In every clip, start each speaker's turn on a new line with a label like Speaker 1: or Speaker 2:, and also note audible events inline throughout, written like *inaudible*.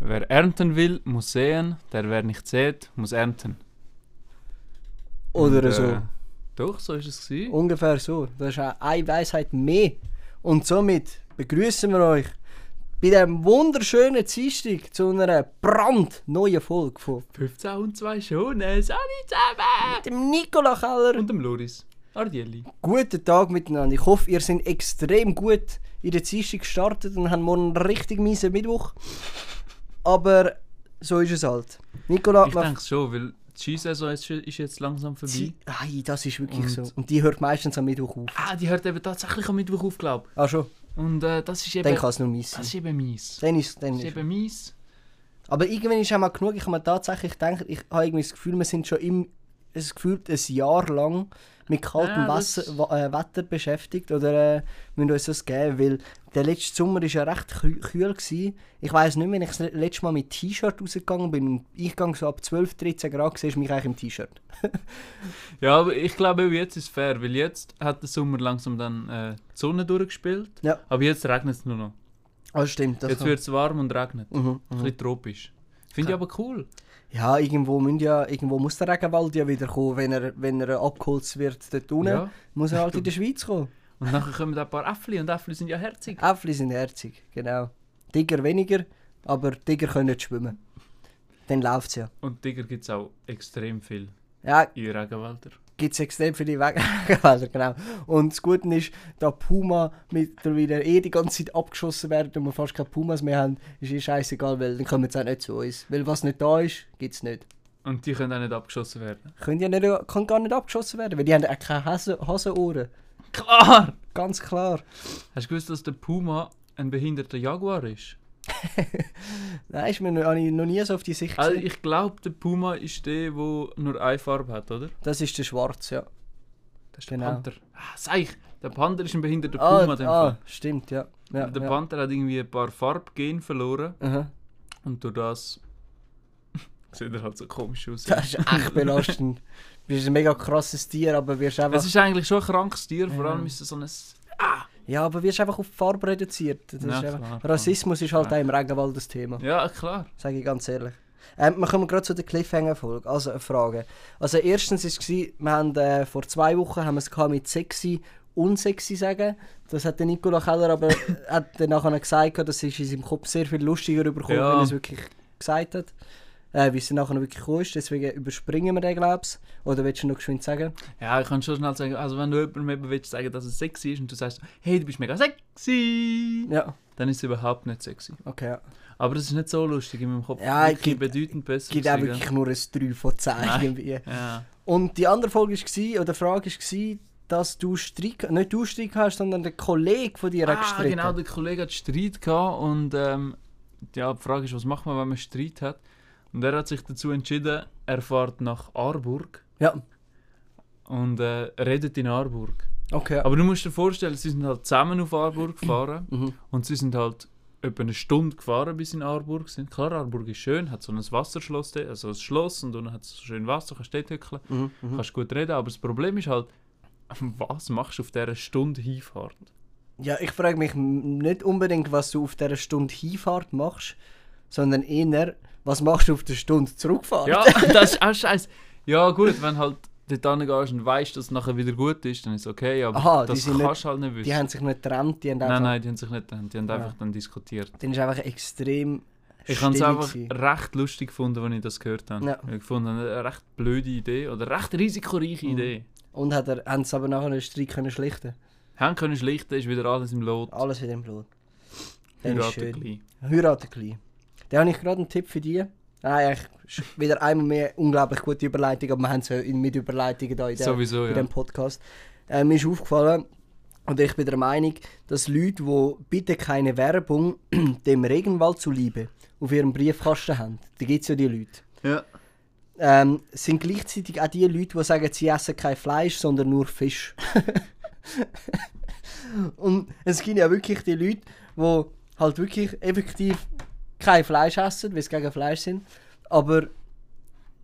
Speaker 1: Wer ernten will, muss säen. Der, wer nicht sät, muss ernten.
Speaker 2: Oder
Speaker 1: Und,
Speaker 2: so. Oh.
Speaker 1: äh, Doch, so ist es. gewesen.
Speaker 2: Ungefähr so. Das ist auch eine Weisheit mehr. Und somit begrüßen wir euch bei diesem wunderschönen Dienstag zu einer brandneuen Folge von
Speaker 1: 15 und 2 schon, äh, alle zusammen!
Speaker 2: dem Nikola Keller.
Speaker 1: Und dem Loris. Ardielli.
Speaker 2: Guten Tag miteinander. Ich hoffe, ihr seid extrem gut in den Dienstag gestartet und habt morgen einen richtig miesen Mittwoch. Aber so ist es halt. Nikola,
Speaker 1: Ich
Speaker 2: nach-
Speaker 1: denke schon, weil die Skisaison ist, ist jetzt langsam vorbei.
Speaker 2: Sie- Ei, das ist wirklich
Speaker 1: Und-
Speaker 2: so. Und die hört meistens am Mittwoch auf.
Speaker 1: Ah, die hört eben tatsächlich am Mittwoch auf, glaube
Speaker 2: Ah schon,
Speaker 1: ich. Und äh, das ist eben...
Speaker 2: dann kann es nur mies
Speaker 1: das
Speaker 2: sein.
Speaker 1: ist eben mies.
Speaker 2: Dann ist, dann
Speaker 1: Das ist
Speaker 2: ist.
Speaker 1: eben mies.
Speaker 2: Aber irgendwann ist auch mal genug. Ich habe mir tatsächlich gedacht, ich habe irgendwie das Gefühl, wir sind schon im, es gefühlt ein Jahr lang mit kaltem
Speaker 1: Ja, das-
Speaker 2: Wasser, wa- äh, Wetter beschäftigt. Oder äh, müssen uns das geben, weil der letzte Sommer war ja recht kü- kühl. Gewesen. Ich weiß nicht, wenn ich das le- letzte Mal mit T-Shirt rausgegangen bin und ich gang so ab 12, 13 Grad, siehst du mich eigentlich im T-Shirt.
Speaker 1: Ja, aber ich glaube, auch jetzt ist es fair, weil jetzt hat der Sommer langsam dann äh, die Sonne durchgespielt.
Speaker 2: Ja.
Speaker 1: Aber jetzt regnet es nur noch.
Speaker 2: Ah, stimmt. Das
Speaker 1: jetzt
Speaker 2: kann-
Speaker 1: wird es warm und regnet.
Speaker 2: Mhm,
Speaker 1: Ein bisschen tropisch. Finde ich aber cool.
Speaker 2: Ja, irgendwo, müssen ja, irgendwo muss der Regenwald ja wieder kommen, wenn er, wenn er abgeholzt wird dort unten.
Speaker 1: Ja.
Speaker 2: Muss er halt in die Schweiz kommen.
Speaker 1: Und nachher kommen da ein paar Äffli und Äffli sind ja herzig.
Speaker 2: Äffli sind herzig, genau. Tiger weniger, aber Tiger können nicht schwimmen. Dann läuft es ja.
Speaker 1: Und Tiger gibt es auch extrem viel
Speaker 2: Ja,
Speaker 1: in Regenwälder.
Speaker 2: gibt es extrem viele Weg- *laughs* Regenwälder, genau. Und das Gute ist, da Puma mittlerweile eh die ganze Zeit abgeschossen werden und wir fast keine Pumas mehr haben, ist eh scheißegal, weil dann kommen sie auch nicht zu uns. Weil was nicht da ist, gibt es nicht.
Speaker 1: Und die können auch nicht abgeschossen werden.
Speaker 2: Können ja nicht, kann gar nicht abgeschossen werden, weil die haben auch keine Hase- Hasenohren.
Speaker 1: Klar!
Speaker 2: Ganz klar.
Speaker 1: Hast du gewusst, dass der Puma ein behinderter Jaguar ist?
Speaker 2: Nein, ist mir noch, habe ich noch nie so auf die Sicht
Speaker 1: Also
Speaker 2: gesehen.
Speaker 1: ich glaube, der Puma ist der, wo nur eine Farbe hat, oder?
Speaker 2: Das ist der Schwarz, ja.
Speaker 1: Das ist der
Speaker 2: Genau.
Speaker 1: Panther. Ah, sag ich! Der Panther ist ein behinderter Puma. in dem
Speaker 2: Ah, ah
Speaker 1: Fall.
Speaker 2: stimmt, ja. ja,
Speaker 1: der
Speaker 2: ja.
Speaker 1: Panther hat irgendwie ein paar Farbgen verloren
Speaker 2: Aha.
Speaker 1: und durch das *laughs* sieht er halt so komisch aus.
Speaker 2: Das ist echt belastend. Du bist ein mega krasses Tier, aber wirst einfach,
Speaker 1: Es ist eigentlich schon ein krankes Tier, vor allem ist es so ein...
Speaker 2: ja, aber wirst einfach auf die Farbe reduziert. Das
Speaker 1: Ja,
Speaker 2: ist einfach,
Speaker 1: klar, klar.
Speaker 2: Rassismus ist halt
Speaker 1: Ja.
Speaker 2: auch im Regenwald das Thema,
Speaker 1: Ja, klar.
Speaker 2: sage ich ganz ehrlich. Ähm, wir kommen gerade zu der Cliffhanger-Folge, also eine Frage. Also erstens war es, gewesen, wir haben äh, vor zwei Wochen haben wir es gehabt mit sexy, unsexy sagen. Das hat der Nicola
Speaker 1: *laughs*
Speaker 2: Keller aber hat dann nachher gesagt, gehabt, das ist in seinem Kopf sehr viel lustiger überkommen,
Speaker 1: Ja.
Speaker 2: wenn er es wirklich gesagt hat. Äh, wie es dann nachher wirklich gekommen ist, deswegen überspringen wir den, glaubst Oder willst du noch geschwind sagen?
Speaker 1: Ja, ich kann schon schnell sagen, also wenn du jemandem eben willst sagen, dass es sexy ist und du sagst, hey, du bist mega sexy,
Speaker 2: Ja,
Speaker 1: dann ist es überhaupt nicht sexy.
Speaker 2: okay, ja.
Speaker 1: Aber das ist nicht so lustig in meinem Kopf.
Speaker 2: Ja,
Speaker 1: Wirklich
Speaker 2: gibt-
Speaker 1: bedeutend besser.
Speaker 2: gibt auch
Speaker 1: gewesen,
Speaker 2: wirklich nur ein 3 von 10
Speaker 1: Nein.
Speaker 2: irgendwie.
Speaker 1: gell? Ja.
Speaker 2: Und die andere Folge war, oder die Frage war, dass du Streit, nicht du Streit hast, sondern der Kollege von dir hat
Speaker 1: Ah,
Speaker 2: gestritten.
Speaker 1: genau, der Kollege hat Streit gehabt und ähm, ja, die Frage ist, was macht man, wenn man Streit hat? Und er hat sich dazu entschieden, er fährt nach Aarburg
Speaker 2: Ja,
Speaker 1: und äh, redet in Aarburg.
Speaker 2: okay.
Speaker 1: Aber du musst dir vorstellen, sie sind halt zusammen auf
Speaker 2: *clears throat*
Speaker 1: Aarburg gefahren
Speaker 2: Mhm.
Speaker 1: und sie sind halt etwa eine Stunde gefahren, bis sie in Aarburg sind. Klar, Aarburg ist schön, hat so ein Wasserschloss, da- also ein Schloss und unten hat es so schön Wasser, kannst dort hückeln,
Speaker 2: Mhm, mhm.
Speaker 1: kannst gut reden, aber das Problem ist halt, was machst du auf dieser Stunde Hinfahrt?
Speaker 2: Ja, ich frage mich m- nicht unbedingt, was du auf dieser Stunde Hinfahrt machst, sondern eher, was machst du auf der Stunde Zurückfahrt?
Speaker 1: Ja, *laughs* das ist auch scheiße. Ja gut, wenn halt dort hingehst und weißt, dass es nachher wieder gut ist, dann ist es okay, aber
Speaker 2: Aha, die
Speaker 1: das
Speaker 2: sind
Speaker 1: kannst
Speaker 2: nicht-
Speaker 1: du halt nicht wissen.
Speaker 2: Die haben sich nicht getrennt, die haben einfach...
Speaker 1: nein, nein, die haben sich nicht, getrennt, die haben
Speaker 2: Ja.
Speaker 1: einfach dann diskutiert.
Speaker 2: Dann ist einfach extrem
Speaker 1: Ich habe es
Speaker 2: still
Speaker 1: einfach
Speaker 2: gewesen.
Speaker 1: recht lustig gefunden, als ich das gehört habe.
Speaker 2: Ja.
Speaker 1: Ich habe gefunden, eine recht blöde Idee oder recht risikoreiche
Speaker 2: Mhm.
Speaker 1: Idee.
Speaker 2: Und hat er, haben es aber nachher einen Streit können schlichten
Speaker 1: Haben können schlichten, ist wieder alles im Lot.
Speaker 2: Alles wieder im Blut. Dann ist
Speaker 1: Heiraten
Speaker 2: schön.
Speaker 1: klein.
Speaker 2: Heiraten klein. Dann habe ich gerade einen Tipp für dich. Nein, eigentlich sch- wieder einmal mehr unglaublich gute Überleitung, aber wir haben es ja in- mit Überleitungen da in, der,
Speaker 1: Sowieso,
Speaker 2: in
Speaker 1: ja.
Speaker 2: dem Podcast. Äh, mir ist aufgefallen, und ich bin der Meinung, dass Leute, die bitte keine Werbung *clears throat* dem Regenwald zuliebe auf ihrem Briefkasten haben, da gibt es ja die Leute,
Speaker 1: Ja.
Speaker 2: ähm, sind gleichzeitig auch die Leute, die sagen, sie essen kein Fleisch, sondern nur Fisch. *laughs* Und es gibt ja wirklich die Leute, die halt wirklich effektiv kein Fleisch essen, weil sie gegen Fleisch sind. Aber,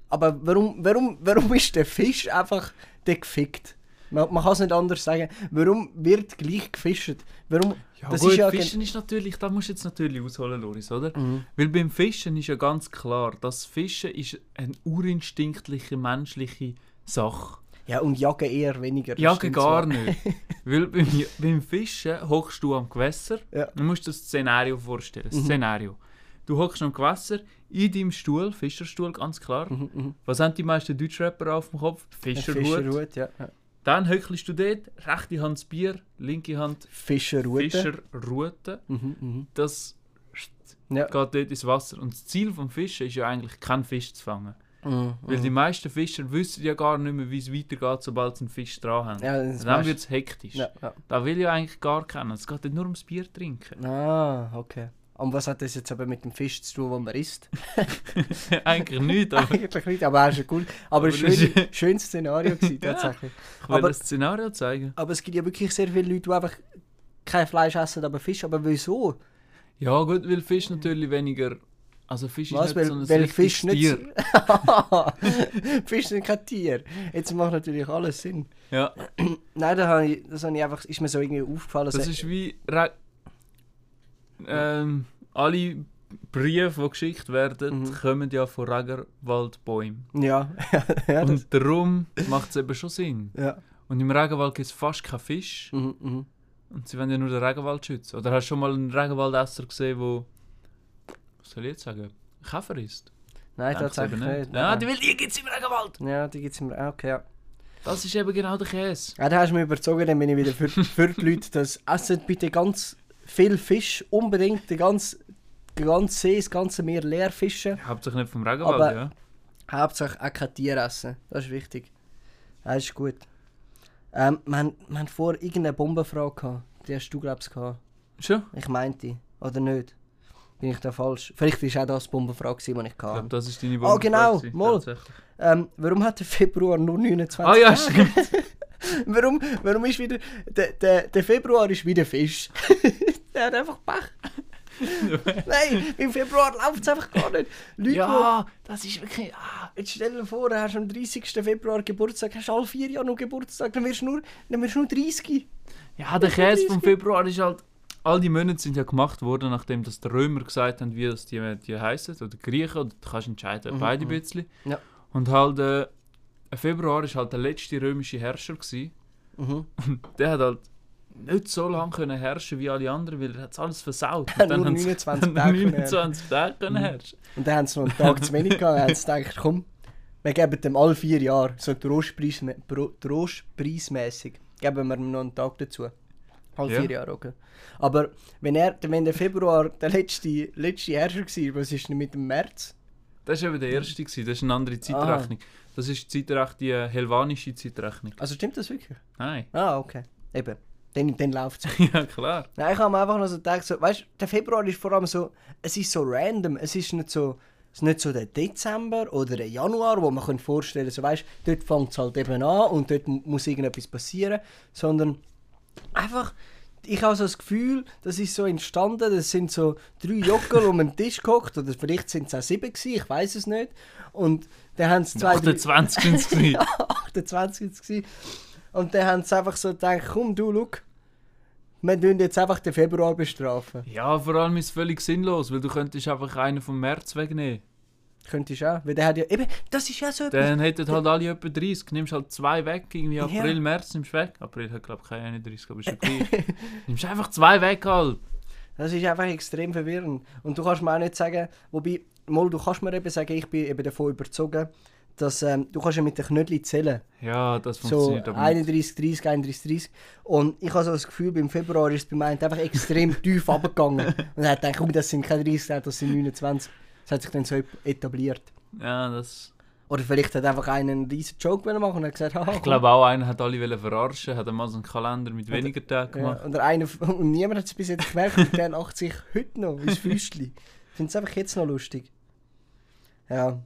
Speaker 2: aber warum, warum, warum ist der Fisch einfach der gefickt? Man, man kann es nicht anders sagen. Warum wird gleich gefischt? Warum,
Speaker 1: Ja,
Speaker 2: Das
Speaker 1: gut,
Speaker 2: ist ja gen- Mhm.
Speaker 1: Fischen ist natürlich, da musst du jetzt natürlich ausholen, Loris, oder? Weil beim Fischen ist ja ganz klar, dass Fischen ist eine urinstinktlike menschliche Sache.
Speaker 2: Ja, und Jagen eher weniger. das
Speaker 1: Jagen
Speaker 2: stimmt
Speaker 1: gar
Speaker 2: zwar.
Speaker 1: nicht. Weil beim, beim Fischen hockst du am Gewässer.
Speaker 2: Ja. Mhm.
Speaker 1: Du musst dir das Szenario vorstellen. Das Szenario. Du hockst am Gewässer in deinem Stuhl, Fischerstuhl, ganz klar.
Speaker 2: Mhm.
Speaker 1: Was haben die meisten Deutschrapper auf dem Kopf? Fischerhut.
Speaker 2: Fischerhut, ja. ja.
Speaker 1: Dann hockelst du dort, rechte Hand das Bier, linke Hand
Speaker 2: Fischerhut.
Speaker 1: Fischerrute.
Speaker 2: Mhm, mhm.
Speaker 1: Das
Speaker 2: Ja.
Speaker 1: geht dort ins Wasser. Und das Ziel vom Fischen ist ja eigentlich, keinen Fisch zu fangen.
Speaker 2: Mhm.
Speaker 1: Weil die meisten Fischer wissen ja gar nicht mehr, wie es weitergeht, sobald sie einen Fisch dran haben.
Speaker 2: Ja, das
Speaker 1: Und dann
Speaker 2: weißt-
Speaker 1: wird es hektisch.
Speaker 2: Ja, ja.
Speaker 1: Da will ja eigentlich gar keiner. Es geht dort nur ums Bier *laughs* trinken.
Speaker 2: Ah, okay. Und was hat das jetzt aber mit dem Fisch zu tun, den man isst?
Speaker 1: eigentlich nicht, aber
Speaker 2: *laughs* Eigentlich nicht, aber er ist ja cool. Aber
Speaker 1: Aber
Speaker 2: ein
Speaker 1: das
Speaker 2: schönes,
Speaker 1: ist-
Speaker 2: schönes
Speaker 1: *laughs*
Speaker 2: Szenario gewesen, tatsächlich.
Speaker 1: ich will
Speaker 2: Aber-
Speaker 1: das Szenario zeigen.
Speaker 2: Aber es gibt ja wirklich sehr viele Leute, die einfach kein Fleisch essen, aber Fisch. Aber wieso?
Speaker 1: Ja gut, weil Fisch natürlich weniger... Also Fisch ist
Speaker 2: Was?
Speaker 1: nicht
Speaker 2: Weil,
Speaker 1: so ein
Speaker 2: weil
Speaker 1: richtiges
Speaker 2: Fisch nicht.
Speaker 1: Tier.
Speaker 2: *laughs* Fisch sind kein Tier. Jetzt macht natürlich alles Sinn.
Speaker 1: Ja,
Speaker 2: Nein, da habe ich, das habe ich einfach, ist mir so irgendwie aufgefallen.
Speaker 1: das
Speaker 2: so-
Speaker 1: ist wie... re- Ähm, alle Briefe, die geschickt werden,
Speaker 2: Mhm.
Speaker 1: kommen ja von Regenwaldbäumen.
Speaker 2: ja. *laughs* ja, das,
Speaker 1: Und darum macht es eben schon Sinn.
Speaker 2: ja.
Speaker 1: Und im Regenwald gibt es fast keinen Fisch.
Speaker 2: Mhm, mhm.
Speaker 1: Und sie wollen ja nur den Regenwald schützen. Oder hast du schon mal einen Regenwaldesser gesehen, wo was soll ich jetzt sagen? Käfer ist.
Speaker 2: Nein, tatsächlich nicht.
Speaker 1: ne? Ja, die will die gibt's im Regenwald.
Speaker 2: ja, die gibt es immer. ah, Okay, ja.
Speaker 1: Das ist eben genau der Käse.
Speaker 2: Ja, da hast du mich überzogen, dann bin
Speaker 1: *laughs*
Speaker 2: ich wieder für, für die Leute, dass essen bitte ganz viel Fisch, unbedingt den ganzen, den ganzen See, das ganze Meer leer fischen.
Speaker 1: Hauptsächlich nicht vom Regenwald,
Speaker 2: Aber-
Speaker 1: ja.
Speaker 2: Hauptsache auch kein Tier essen, das ist wichtig. Das ist gut. Ähm, wir, haben, wir haben vor irgendeine Bombenfrage gehabt, die hast du glaubst gehabt.
Speaker 1: Schon?
Speaker 2: Ich meinte, oder nicht? Bin ich da falsch? Vielleicht war auch das die Bombenfrage, gewesen, die ich
Speaker 1: Ich
Speaker 2: hatte.
Speaker 1: glaube, das ist deine
Speaker 2: Ah, genau,
Speaker 1: gewesen,
Speaker 2: mal.
Speaker 1: tatsächlich.
Speaker 2: Ähm, warum hat der Februar nur 29
Speaker 1: Ah ja,
Speaker 2: Tage?
Speaker 1: *laughs* stimmt.
Speaker 2: Warum, warum ist wieder. Der, der, der Februar ist wieder Fisch. *laughs* der hat einfach
Speaker 1: *laughs*
Speaker 2: Pech. Nein, im Februar läuft es einfach gar *laughs* nicht. Leute,
Speaker 1: ja, das ist wirklich. Ah.
Speaker 2: die- jetzt stell dir vor, du hast am 30. Februar Geburtstag, hast alle vier Jahre noch Geburtstag, dann wirst du nur, dann wirst du nur 30.
Speaker 1: Ja, der Käse vom Februar ist halt. All die Monate sind ja gemacht worden, nachdem das die Römer gesagt haben, wie das die, die heißen. Oder die Griechen, oder du kannst entscheiden, beide ein bisschen.
Speaker 2: Mhm, Ja.
Speaker 1: Und halt, äh, im Februar war halt der letzte römische Herrscher. Gewesen.
Speaker 2: Mhm.
Speaker 1: Der hat halt nicht so lange können herrschen wie alle anderen, weil er hat alles versaut.
Speaker 2: *laughs* Nur
Speaker 1: haben sie-
Speaker 2: 29
Speaker 1: haben
Speaker 2: Tage Mhm. können
Speaker 1: 29 Tage können herrschen.
Speaker 2: Und dann haben sie noch einen Tag zu wenig gehabt, dann haben sie gedacht, komm, wir geben dem alle vier Jahre, so Trostpreismä Pro- trostpreismässig, geben wir ihm noch einen Tag dazu. Alle
Speaker 1: Ja.
Speaker 2: vier Jahre, okay. Aber wenn, er, wenn der Februar der letzte, letzte Herrscher war, was ist denn mit dem März?
Speaker 1: Das war eben der erste, gewesen. das ist eine andere Zeitrechnung.
Speaker 2: Ah.
Speaker 1: Das ist die, Zeitrechnung, die äh, helvanische Zeitrechnung.
Speaker 2: Also stimmt das wirklich?
Speaker 1: Nein. *laughs*
Speaker 2: Ah, okay. Eben. Dann, dann läuft es.
Speaker 1: ja, klar.
Speaker 2: Nein, ich habe mir einfach noch so gedacht, so, weißt du, der Februar ist vor allem so, es ist so random, es ist nicht so, es ist nicht so der Dezember oder der Januar, wo man kann vorstellen kann, so, weißt du, dort fängt es halt eben an und dort mu- muss irgendetwas passieren, sondern einfach, ich habe so das Gefühl, das ist so entstanden, das sind so drei Jockel um den Tisch gehockt oder vielleicht sind es auch sieben gewesen, ich weiß es nicht. Und dann haben es zwei, drei-
Speaker 1: 28
Speaker 2: *laughs*
Speaker 1: sind es gewesen.
Speaker 2: 28 jetzt gewesen. Und dann haben sie einfach so gedacht, komm du, schau, wir tun jetzt einfach den Februar bestrafen.
Speaker 1: Ja, vor allem ist es völlig sinnlos, weil du könntest einfach einen vom März wegnehmen.
Speaker 2: Könntest du auch, weil der hat ja, eben, das ist ja so etwas.
Speaker 1: Dann hätten halt alle etwa 30. Nimmst halt zwei weg, irgendwie April, März nimmst du weg. April hat glaube ich keine 31, aber ist ja gleich. *laughs* nimmst einfach zwei weg halt.
Speaker 2: Das ist einfach extrem verwirrend. Und du kannst mir auch nicht sagen, wobei, mal, du kannst mir eben sagen, ich bin eben davon überzogen, dass ähm, du kannst ja mit den Knödeln zählen.
Speaker 1: Ja, das
Speaker 2: So
Speaker 1: funktioniert aber nicht.
Speaker 2: 31, 30, 31, 30. Und ich habe so das Gefühl, beim Februar ist es bei mir einfach
Speaker 1: *laughs*
Speaker 2: extrem tief abgegangen. Und er hat gedacht, komm, das sind keine 30, Tage, das sind 29. Das hat sich dann so etabliert.
Speaker 1: Ja, das...
Speaker 2: Oder vielleicht hat einfach einer einen riesen Joke wollen machen und hat gesagt, haha.
Speaker 1: Ich glaube auch, einer hat alle wollen verarschen, hat einmal so einen Kalender mit weniger Tagen
Speaker 2: ja,
Speaker 1: gemacht.
Speaker 2: oder einer, und niemand hat es bis jetzt gemerkt und der lacht sich heute noch ins Füßchen. Ich finde es einfach jetzt noch lustig. Ja,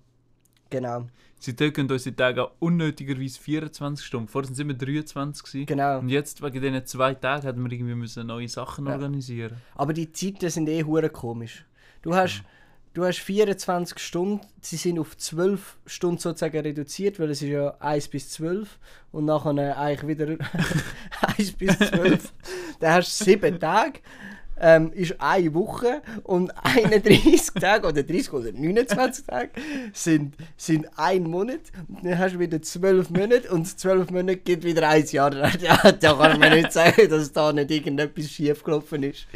Speaker 2: genau.
Speaker 1: Sie töten unsere Tage auch unnötigerweise 24 Stunden. Vorher sind es immer 23 gewesen.
Speaker 2: Genau.
Speaker 1: Und jetzt, wegen diesen zwei Tagen, hätten wir irgendwie müssen neue Sachen
Speaker 2: Ja.
Speaker 1: organisieren
Speaker 2: Aber die Zeiten sind eh hure komisch. Du hast, du hast 24 Stunden, sie sind auf 12 Stunden sozusagen reduziert, weil es ist *laughs* ja 1 bis 12 und nachher äh, eigentlich wieder 1 bis 12. dann hast du sieben Tage. Ähm, ist eine Woche und *laughs* 31 Tage oder 30 oder 29 Tage sind, sind ein Monat. Und dann hast du wieder 12 Monate und 12 Monate gibt wieder ein Jahr. *laughs* Ja, da kann man nicht sagen, dass da nicht irgendetwas schiefgelaufen ist.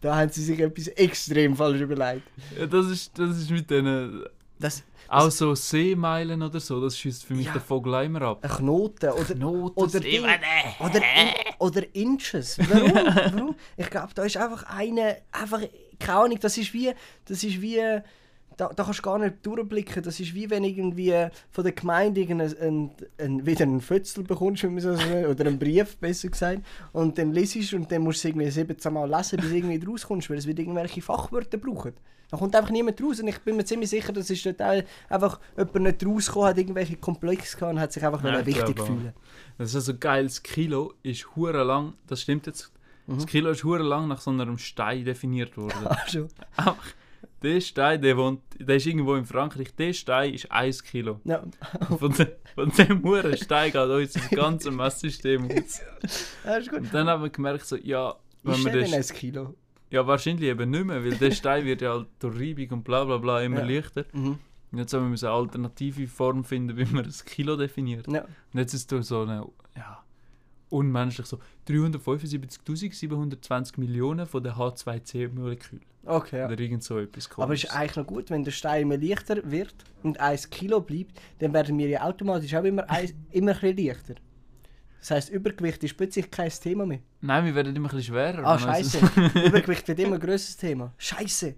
Speaker 2: Da haben sie sich etwas extrem falsch überlegt.
Speaker 1: Ja, das, ist, das ist mit denen.
Speaker 2: Das,
Speaker 1: Auch so Seemeilen oder so, das schießt für mich
Speaker 2: Ja.
Speaker 1: der Vogel auch immer ab.
Speaker 2: Ein Knoten oder,
Speaker 1: Knoten,
Speaker 2: oder,
Speaker 1: Seemann, äh.
Speaker 2: oder, in, oder
Speaker 1: *laughs*
Speaker 2: Inches. Warum? Warum? Ich glaube, da ist einfach eine, einfach, keine Ahnung, das ist wie, das ist wie, da, da kannst du gar nicht durchblicken. Das ist wie wenn irgendwie von der Gemeinde irgendein, ein, ein, wieder einen Fötzel bekommst, wenn man so sagt, oder einen Brief, besser gesagt, und dann lesest du und dann musst du es irgendwie 17 Mal lesen, bis du irgendwie rauskommst, weil es wird irgendwelche Fachwörter brauchen. Da kommt einfach niemand raus und ich bin mir ziemlich sicher, dass ist dort auch einfach jemand nicht rausgekommen, hat irgendwelche Komplexe gehabt und hat sich einfach
Speaker 1: Nein,
Speaker 2: nur
Speaker 1: ich
Speaker 2: wichtig
Speaker 1: glaube auch.
Speaker 2: gefühlt.
Speaker 1: Das ist also geil, das Kilo ist hure lang, das stimmt jetzt.
Speaker 2: Mhm.
Speaker 1: Das Kilo ist hure lang nach so einem Stein definiert worden.
Speaker 2: *laughs* *laughs* Also,
Speaker 1: Einfach, der Stein, der wohnt, der ist irgendwo in Frankreich, der Stein ist 1 Kilo.
Speaker 2: ja.
Speaker 1: Von, de, von dem huren Stein geht
Speaker 2: *laughs*
Speaker 1: unser ganzes Messsystem aus.
Speaker 2: Das ist gut.
Speaker 1: Und dann haben wir gemerkt, so, ja, wenn
Speaker 2: Ist
Speaker 1: wir
Speaker 2: der denn
Speaker 1: den,
Speaker 2: ein Kilo?
Speaker 1: ja, wahrscheinlich eben nicht mehr, weil der Stein wird ja halt durch Reibung und bla bla bla immer
Speaker 2: Ja.
Speaker 1: leichter.
Speaker 2: Mhm.
Speaker 1: Und jetzt haben wir müssen eine alternative Form finden, wie man das Kilo definiert.
Speaker 2: Ja.
Speaker 1: Und jetzt ist da so eine, ja, unmenschlich so 375.720 Millionen von den H2C-Molekülen.
Speaker 2: Okay, ja.
Speaker 1: Oder irgend so etwas
Speaker 2: Aber es ist eigentlich noch gut, wenn der Stein immer leichter wird und 1 Kilo bleibt, dann werden wir ja automatisch auch immer, ein, immer ein bisschen leichter. Das heisst, Übergewicht ist plötzlich kein Thema mehr.
Speaker 1: Nein, wir werden immer ein bisschen schwerer.
Speaker 2: Ah,
Speaker 1: Man weiß es-
Speaker 2: Scheiße. Übergewicht wird immer ein grösseres Thema. Scheiße.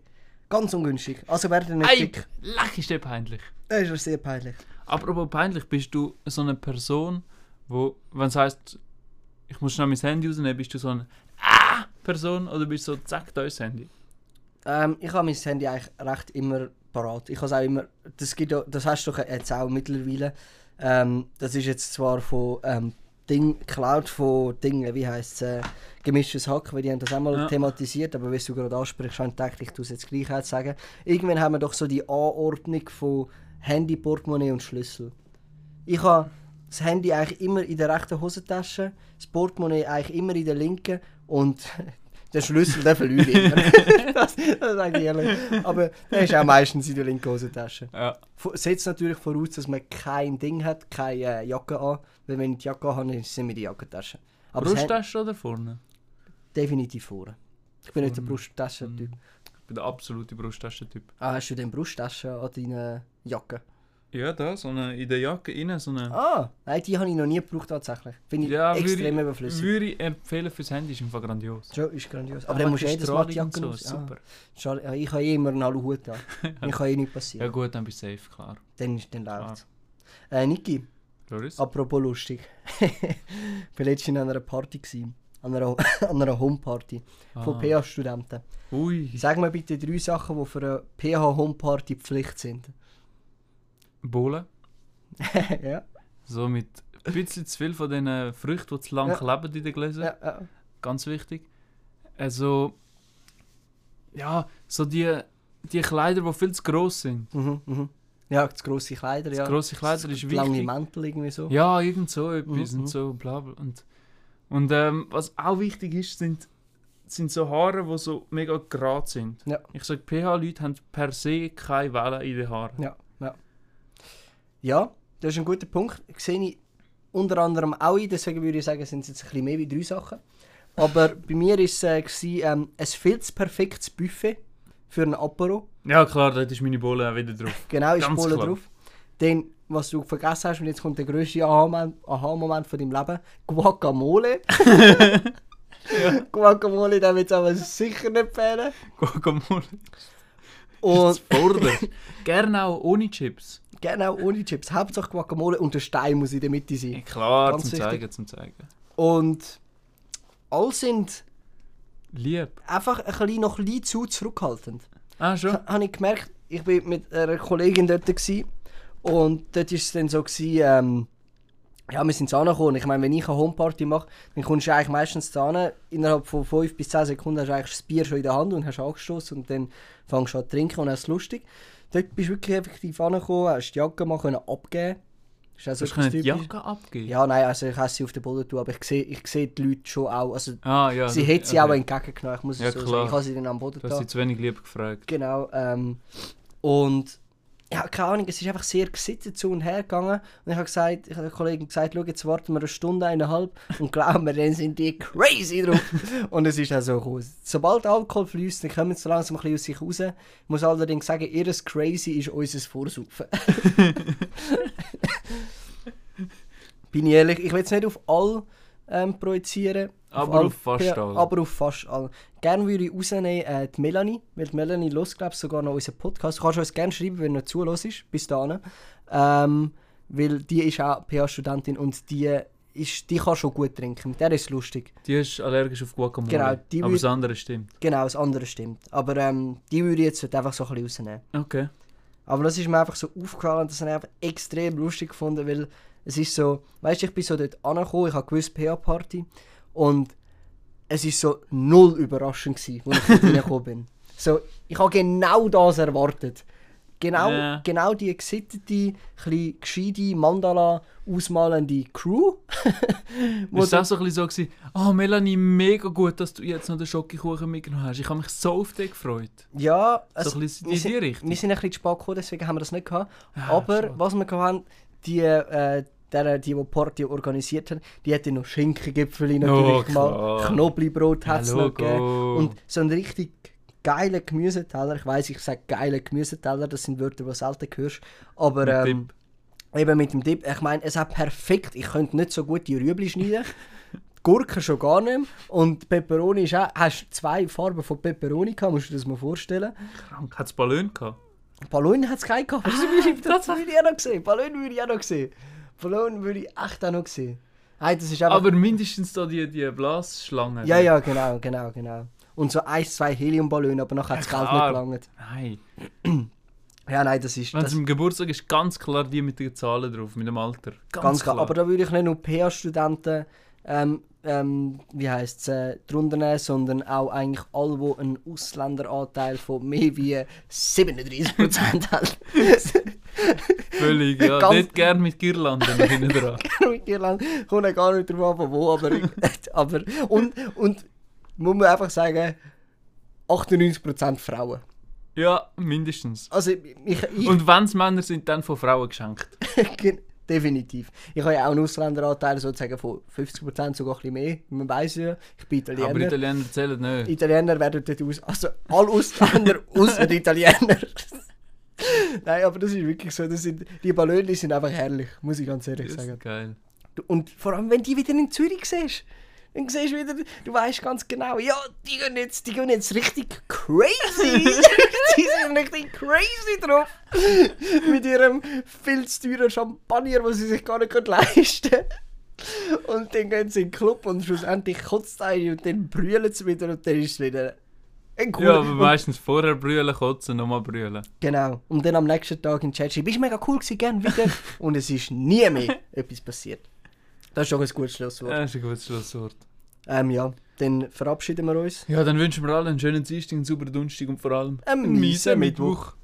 Speaker 2: Ganz ungünstig. Also werden
Speaker 1: *laughs*
Speaker 2: nicht
Speaker 1: Ey,
Speaker 2: dick.
Speaker 1: lach ist der peinlich.
Speaker 2: Das ist ja sehr peinlich.
Speaker 1: Apropos peinlich, bist du so eine Person, wo, wenn es heisst, ich muss schnell mein Handy rausnehmen, bist du so eine ah! Person oder bist du so, zack, da ist das Handy.
Speaker 2: Ähm, ich habe mein Handy eigentlich recht immer parat. Ich habe es auch immer. Das, gibt ja, das hast du doch jetzt auch mittlerweile. Ähm, das ist jetzt zwar von ähm, Ding geklaut von Dingen, wie heisst es, äh, gemischtes Hack, weil die haben das auch mal
Speaker 1: Ja.
Speaker 2: thematisiert, aber wenn du gerade ansprichst, habe ich gedacht, ich tue es jetzt gleich auch sagen. Irgendwann haben wir doch so die Anordnung von Handy, Portemonnaie und Schlüssel. Ich habe das Handy eigentlich immer in der rechten Hosentasche, das Portemonnaie eigentlich immer in der linken und *laughs* der Schlüssel, der verliere ich immer. *laughs* das, das sage ich ehrlich. Aber der ist auch meistens in der linken Hosentasche.
Speaker 1: Ja.
Speaker 2: Vo- Setzt natürlich voraus, dass man kein Ding hat, keine äh, Jacke an. Weil wenn ich die Jacke habe, dann sind mir die Jackentasche. Aber das Hand-
Speaker 1: Brusttasche oder vorne?
Speaker 2: definitiv vorne. Ich bin nicht der Brusttaschentyp.
Speaker 1: Ich bin der absolute Brusttaschentyp.
Speaker 2: Ah, hast du denn Brusttaschen an deiner Jacke?
Speaker 1: Ja, da, so eine, in der Jacke innen, so eine...
Speaker 2: Ah, nein, die habe ich noch nie gebraucht tatsächlich. Finde ich
Speaker 1: Ja,
Speaker 2: extrem
Speaker 1: würde, ich,
Speaker 2: überflüssig.
Speaker 1: würde ich empfehlen fürs Handy, ist einfach grandios.
Speaker 2: Schon, ist grandios. Aber dann musst du
Speaker 1: die
Speaker 2: jedes Mal die
Speaker 1: Strahlung und
Speaker 2: Jacke aus.
Speaker 1: so, Super.
Speaker 2: Ah, schade. ich habe eh immer einen Aluhut
Speaker 1: *laughs*
Speaker 2: an. Mir kann eh nichts
Speaker 1: Ja
Speaker 2: passieren.
Speaker 1: gut, dann bist du safe, klar.
Speaker 2: Dann, ist- dann läuft es.
Speaker 1: Ah.
Speaker 2: Äh, Niki,
Speaker 1: Loris?
Speaker 2: Apropos lustig. *laughs* ich war letztens an einer Party. Gewesen. An einer, *laughs* an einer Homeparty von
Speaker 1: Ah.
Speaker 2: PH-Studenten.
Speaker 1: Ui,
Speaker 2: Sag mir bitte drei Sachen, die für eine PH-Homeparty Pflicht sind. *laughs*
Speaker 1: Bohlen.
Speaker 2: ja,
Speaker 1: So mit ein bisschen zu viel von diesen Früchten, die zu lang
Speaker 2: Ja.
Speaker 1: kleben in den Gläsern.
Speaker 2: ja, ja.
Speaker 1: Ganz wichtig. Also, ja, so die, die Kleider, die viel zu gross sind.
Speaker 2: Mhm, mhm. Ja, zu grosse Kleider, ja.
Speaker 1: Grosse Kleider ist
Speaker 2: Lange
Speaker 1: wichtig.
Speaker 2: Mäntel irgendwie so.
Speaker 1: Ja, irgend so etwas
Speaker 2: Mhm, mhm.
Speaker 1: und so, bla bla. Und, und ähm, was auch wichtig ist, sind, sind so Haare, die so mega gerad sind.
Speaker 2: Ja.
Speaker 1: Ich sage, PH-Leute haben per se keine Wellen in den Haaren.
Speaker 2: Ja, ja. Ja, das ist ein guter Punkt. Sehe ich unter anderem auch ein, deswegen würde ich sagen, sind es jetzt ein bisschen mehr wie drei Sachen. Aber bei mir war es äh, gewesen, ähm, ein viel zu perfektes Buffet für ein Apero.
Speaker 1: Ja, klar, dort ist meine Bohle auch wieder
Speaker 2: *laughs*
Speaker 1: drauf.
Speaker 2: Genau, ist
Speaker 1: Ganz
Speaker 2: Polen
Speaker 1: klar.
Speaker 2: drauf. Dann, was du vergessen hast, und jetzt kommt der grösste Aha-Moment Aha-Moment von deinem Leben: Guacamole.
Speaker 1: *laughs*
Speaker 2: *laughs* Guacamole, den wird es aber sicher nicht fehlen.
Speaker 1: Guacamole.
Speaker 2: Und
Speaker 1: Und Vorder. Gerne auch ohne Chips.
Speaker 2: *laughs* genau, ohne Chips. Hauptsache Guacamole und der Stein muss in der Mitte sein.
Speaker 1: Ja, klar,
Speaker 2: Ganz
Speaker 1: zum
Speaker 2: wichtig.
Speaker 1: Zeigen, zum Zeigen.
Speaker 2: Und alle sind
Speaker 1: Lieb.
Speaker 2: einfach ein bisschen noch ein bisschen zu zurückhaltend.
Speaker 1: Ah, schon?
Speaker 2: Ha- Habe ich gemerkt, ich war mit einer Kollegin dort gewesen, und dort war es dann so, gewesen, ähm, ja, wir sind zu angekommen. Ich meine, wenn ich eine Homeparty mache, dann kommst du eigentlich meistens zu Hause. Innerhalb von 5 bis 10 Sekunden hast du eigentlich das Bier schon in der Hand und hast angestoßen und dann fängst du an zu trinken und hast es lustig. Dort bist du wirklich effektiv angekommen, hast die Jacke mal können abgeben Ist auch so
Speaker 1: Hast du
Speaker 2: etwas
Speaker 1: können die
Speaker 2: typisch.
Speaker 1: Jacke abgeben?
Speaker 2: Ja, nein, also ich hasse sie auf den Boden tun, aber ich sehe ich sehe die Leute schon auch. Also,
Speaker 1: Ah, ja.
Speaker 2: sie
Speaker 1: du-
Speaker 2: hat sie
Speaker 1: okay.
Speaker 2: auch entgegengenommen, ich muss es
Speaker 1: Ja,
Speaker 2: so
Speaker 1: klar.
Speaker 2: sagen. Ich habe sie dann am Boden
Speaker 1: Du hast
Speaker 2: getan.
Speaker 1: sie zu wenig lieb gefragt.
Speaker 2: Genau. Ähm, und ja, keine Ahnung, es ist einfach sehr gesittet zu und her gegangen. Und ich habe gesagt, ich habe den Kollegen gesagt, schau, jetzt warten wir eine Stunde, eineinhalb *laughs* und glauben wir, dann sind die crazy drauf. und es ist auch so cool. Sobald Alkohol fließt, dann kommen sie langsam ein bisschen aus sich raus. Ich muss allerdings sagen, ihres crazy ist unser Vorsaufen. *laughs* Bin ich ehrlich, ich will es nicht auf all ähm, projizieren.
Speaker 1: Aber
Speaker 2: all-
Speaker 1: auf fast
Speaker 2: ja,
Speaker 1: alle.
Speaker 2: Aber auf fast alle. Gerne würde ich rausnehmen äh, die Melanie, weil die Melanie los, glaube ich, sogar noch unseren Podcast. Du kannst uns gerne schreiben, wenn du noch zuhörst, bis dahin. Ähm, weil die ist auch PH-Studentin und die, ist, die kann schon gut trinken. Mit der ist es lustig.
Speaker 1: Die ist allergisch auf Guacamole.
Speaker 2: Genau, die
Speaker 1: aber
Speaker 2: würd-
Speaker 1: das andere stimmt.
Speaker 2: Genau, das andere stimmt. Aber ähm, die würde ich jetzt einfach so ein bisschen rausnehmen.
Speaker 1: Okay.
Speaker 2: Aber das ist mir einfach so aufgefallen und das habe ich einfach extrem lustig gefunden, weil es ist so, weißt du, ich bin so dort angekommen, ich habe gewusst PA-Party und es ist so null überraschend gewesen, als ich dort *laughs* reingekommen bin. So, ich habe genau das erwartet. Genau,
Speaker 1: Ja.
Speaker 2: genau die gesittete, chli gescheite, mandala ausmalende Crew. wo
Speaker 1: Ist das auch so ein bisschen so gewesen, oh Melanie, mega gut, dass du jetzt noch den Schokokuchen mitgenommen hast. Ich habe mich so auf dich gefreut.
Speaker 2: du- ja,
Speaker 1: so ein bisschen
Speaker 2: wir
Speaker 1: in die
Speaker 2: sind-
Speaker 1: Richtung.
Speaker 2: Wir sind ein bisschen zu spät gekommen, deswegen haben wir das nicht gehabt.
Speaker 1: Ah,
Speaker 2: Aber
Speaker 1: schade.
Speaker 2: was wir gehabt haben, die, äh, der, die, die Party organisiert haben, die hat dann noch Schinkengipfel natürlich
Speaker 1: Oh, klar.
Speaker 2: gemacht, Knoblauchbrot hat es
Speaker 1: Ja,
Speaker 2: noch gegeben.
Speaker 1: Logo.
Speaker 2: Und so ein richtig geiler Gemüseteller, ich weiß, ich sage geiler Gemüseteller, das sind Wörter, die du selten hörst, aber
Speaker 1: Mit
Speaker 2: ähm, eben mit dem Dip, ich meine, es hat perfekt, ich könnte nicht so gut die
Speaker 1: *laughs*
Speaker 2: Rüebli schneiden, Gurken schon gar nicht mehr. und Peperoni ist auch, hast zwei Farben von Peperoni gehabt, musst du dir das mal vorstellen.
Speaker 1: Krank. Hat es Ballon gehabt?
Speaker 2: Ballon hat es keinen gehabt.
Speaker 1: Ah,
Speaker 2: Das würde ich, das würde ich auch noch sehen. Ballon würde ich auch noch sehen. Ballon würde ich echt auch noch sehen. Hey, das ist einfach...
Speaker 1: Aber mindestens da die, die Blasschlange.
Speaker 2: ja, ja, genau, genau, genau. Und so ein, zwei Heliumballone, aber nachher hat das
Speaker 1: Ja,
Speaker 2: Geld nicht
Speaker 1: klar.
Speaker 2: gelangt.
Speaker 1: Nein.
Speaker 2: Ja, nein, das ist...
Speaker 1: Wenn
Speaker 2: Das,
Speaker 1: es am Geburtstag ist, ganz klar die mit den Zahlen drauf, mit dem Alter. Ganz,
Speaker 2: ganz
Speaker 1: klar.
Speaker 2: klar. Aber da würde ich nicht nur PH-Studenten, ähm, ähm, wie heisst es, äh, drunter nehmen, sondern auch eigentlich alle, die einen Ausländeranteil von mehr wie 37% haben.
Speaker 1: *laughs* Völlig, ja.
Speaker 2: *laughs* Ganz-
Speaker 1: Nicht gern mit Girlanden noch hinten dran.
Speaker 2: mit Irland. Kommt ja gar nicht drauf an, von wo, aber, *laughs* aber und, und muss man einfach sagen, 98% Frauen.
Speaker 1: Ja, mindestens.
Speaker 2: Also ich, ich,
Speaker 1: Und wenn es Männer sind, dann von Frauen geschenkt.
Speaker 2: *laughs* Gen- definitiv. Ich habe ja auch einen Ausländeranteil sozusagen von 50%, sogar ein bisschen mehr. Man weiß ja, ich bin Italiener.
Speaker 1: Aber Italiener zählen nicht.
Speaker 2: Italiener werden dort aus. Also alle Ausländer
Speaker 1: *laughs*
Speaker 2: außer Italiener. *laughs* Nein, aber das ist wirklich so. Das sind, die Ballöne sind einfach herrlich, muss ich ganz ehrlich
Speaker 1: Das
Speaker 2: sagen.
Speaker 1: ist geil.
Speaker 2: Du- Und vor allem, wenn die wieder in Zürich siehst, dann siehst du wieder, du weißt ganz genau, ja, die gehen jetzt, die gehen jetzt richtig
Speaker 1: *laughs*
Speaker 2: crazy. *laughs* die sind richtig crazy drauf. Mit ihrem viel zu teuren Champagner, den sie sich gar nicht können leisten können. Und dann gehen sie in den Club und schlussendlich kotzt eine und dann brüllen sie wieder und dann ist es wieder ein cooler
Speaker 1: Ja, aber meistens vorher brüllen, kotzen, nochmal brüllen.
Speaker 2: Genau. Und dann am nächsten Tag in den Chat schreiben, ist mega cool gewesen, gern
Speaker 1: *laughs*
Speaker 2: wieder. und es ist nie mehr etwas passiert. Das ist schon ein gutes Schlusswort.
Speaker 1: Das ist ein gutes Schlusswort.
Speaker 2: Ähm, ja, dann verabschieden wir uns.
Speaker 1: Ja, dann wünschen wir allen einen schönen Dienstag, einen super Donnerstag und vor allem
Speaker 2: Einen miesen Mittwoch.